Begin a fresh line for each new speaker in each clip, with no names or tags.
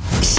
Paris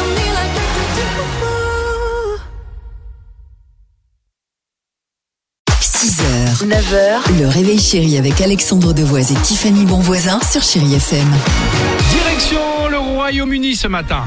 on me like we could do.
6h, 9h, le réveil chéri avec Alexandre Devoise et Tiffany Bonvoisin sur Chérie FM.
Direction le Royaume-Uni ce matin.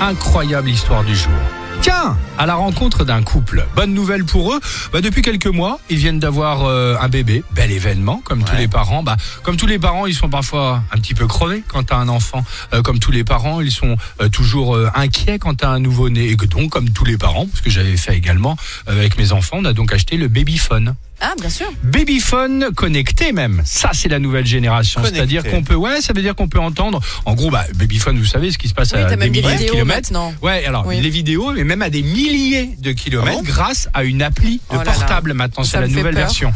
Incroyable histoire du jour. Tiens, à la rencontre d'un couple. Bonne nouvelle pour eux. Bah, depuis quelques mois, ils viennent d'avoir euh, un bébé. Bel événement, comme tous les parents. Bah, comme tous les parents, ils sont parfois un petit peu crevés quand t'as un enfant. Euh, comme tous les parents, ils sont euh, toujours euh, inquiets quand t'as un nouveau-né. Et que donc, comme tous les parents, parce que j'avais fait également euh, avec mes enfants, on a donc acheté le babyphone.
Ah, bien sûr.
babyphone connecté même. Ça, c'est la nouvelle génération.
Connecté.
C'est-à-dire qu'on peut, ouais, ça veut dire qu'on peut entendre. En gros, bah, babyphone, vous savez ce qui se passe
Oui,
à
t'as
des
même des
milliers de
vidéos
kilomètres.
maintenant.
Ouais, alors
Oui.
les vidéos, mais même à des milliers de kilomètres,
Ah bon
grâce à une appli de
Oh là là.
portable maintenant.
Ça
C'est la
me fait
nouvelle
peur.
version.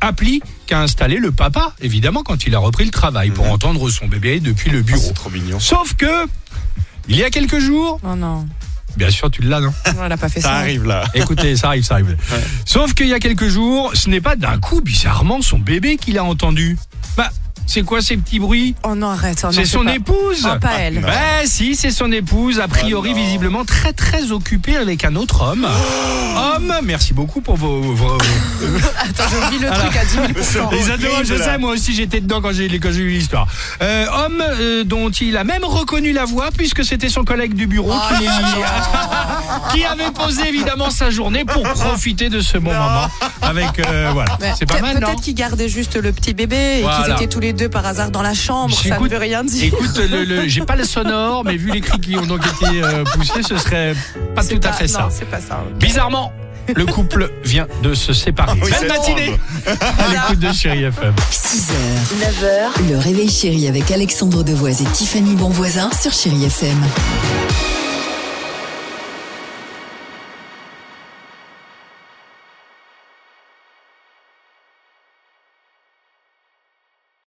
Appli qu'a installé le papa, évidemment, quand il a repris le travail pour
Mhm.
entendre son bébé depuis le
Oh,
bureau.
C'est trop mignon.
Sauf que. Il y a quelques jours,
Non, Oh, non.
bien sûr tu l'as, non
Non, Elle a pas fait ça.
Ça arrive là.
Écoutez, ça arrive, ça arrive. Sauf qu'il y a quelques jours, ce n'est pas d'un coup, bizarrement, son bébé qu'il a entendu. Bah, c'est quoi ces petits bruits
Oh non, arrête. oh non,
C'est son
pas-
épouse
Oh, pas elle.
Bah si, c'est son épouse, a priori
Oh non.
visiblement très très occupée avec un autre homme. homme, merci beaucoup pour vos... vos-
Attends, j'ai oublié le truc à 10 000
Exactement, je sais, moi aussi j'étais dedans quand j'ai quand j'ai eu l'histoire. Euh, homme euh, dont il a même reconnu la voix puisque c'était son collègue du bureau
Oh,
qui, qui avait posé évidemment sa journée pour profiter de ce bon moment. Avec euh, voilà,
Mais
c'est pas
peut-
mal non
Peut-être qu'ils gardaient juste le petit bébé et qu'ils
Voilà.
étaient tous les deux par hasard dans la chambre. Ça
J'écoute-
ne veut rien dire.
Écoute, le, le- j'ai pas le sonore, mais vu les cris qui ont donc été euh, poussés, ce serait pas
C'est
tout à
pas-
fait ça.
Non, c'est pas ça.
Bizarrement, le couple vient de se séparer.
Ah Oui,
Belle
c'est
matinée
drôle.
à l'écoute de Chéri FM.
6h, 9h, le réveil chéri avec Alexandre Devoise et Tiffany Bonvoisin sur Chérie FM.